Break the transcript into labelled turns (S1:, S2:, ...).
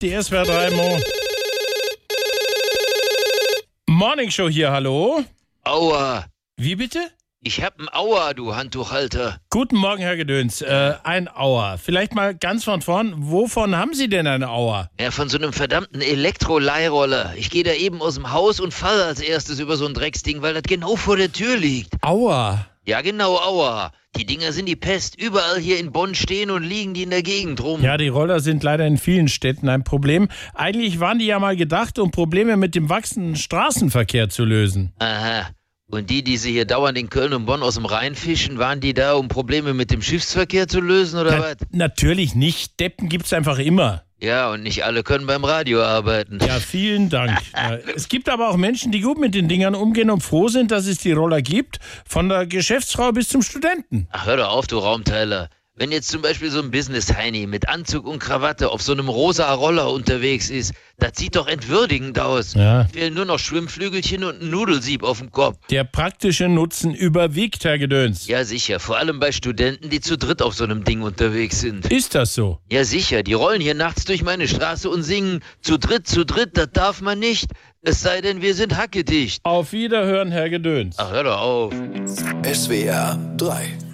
S1: Die SWR 3 Mo. Morning Show hier, hallo.
S2: Aua.
S1: Wie bitte?
S2: Ich hab ein Aua, du Handtuchhalter.
S1: Guten Morgen, Herr Gedöns. Äh, ein Auer. Vielleicht mal ganz von vorn. Wovon haben Sie denn eine Auer?
S2: Ja, von so einem verdammten Elektroleihroller. Ich gehe da eben aus dem Haus und falle als erstes über so ein Drecksding, weil das genau vor der Tür liegt.
S1: Auer.
S2: Ja, genau, Aua. Die Dinger sind die Pest. Überall hier in Bonn stehen und liegen die in der Gegend rum.
S1: Ja, die Roller sind leider in vielen Städten ein Problem. Eigentlich waren die ja mal gedacht, um Probleme mit dem wachsenden Straßenverkehr zu lösen.
S2: Aha. Und die, die sie hier dauernd in Köln und Bonn aus dem Rhein fischen, waren die da, um Probleme mit dem Schiffsverkehr zu lösen oder was?
S1: Natürlich nicht. Deppen gibt's einfach immer.
S2: Ja, und nicht alle können beim Radio arbeiten.
S1: Ja, vielen Dank. Äh, es gibt aber auch Menschen, die gut mit den Dingern umgehen und froh sind, dass es die Roller gibt. Von der Geschäftsfrau bis zum Studenten.
S2: Ach, hör doch auf, du Raumteiler. Wenn jetzt zum Beispiel so ein Business-Heini mit Anzug und Krawatte auf so einem rosa Roller unterwegs ist, das sieht doch entwürdigend aus.
S1: Ja.
S2: Fehlen nur noch Schwimmflügelchen und ein Nudelsieb auf dem Kopf.
S1: Der praktische Nutzen überwiegt, Herr Gedöns.
S2: Ja, sicher. Vor allem bei Studenten, die zu dritt auf so einem Ding unterwegs sind.
S1: Ist das so?
S2: Ja, sicher. Die rollen hier nachts durch meine Straße und singen: Zu dritt, zu dritt, das darf man nicht. Es sei denn, wir sind hackedicht.
S1: Auf Wiederhören, Herr Gedöns.
S2: Ach, hör doch auf.
S3: SWR 3.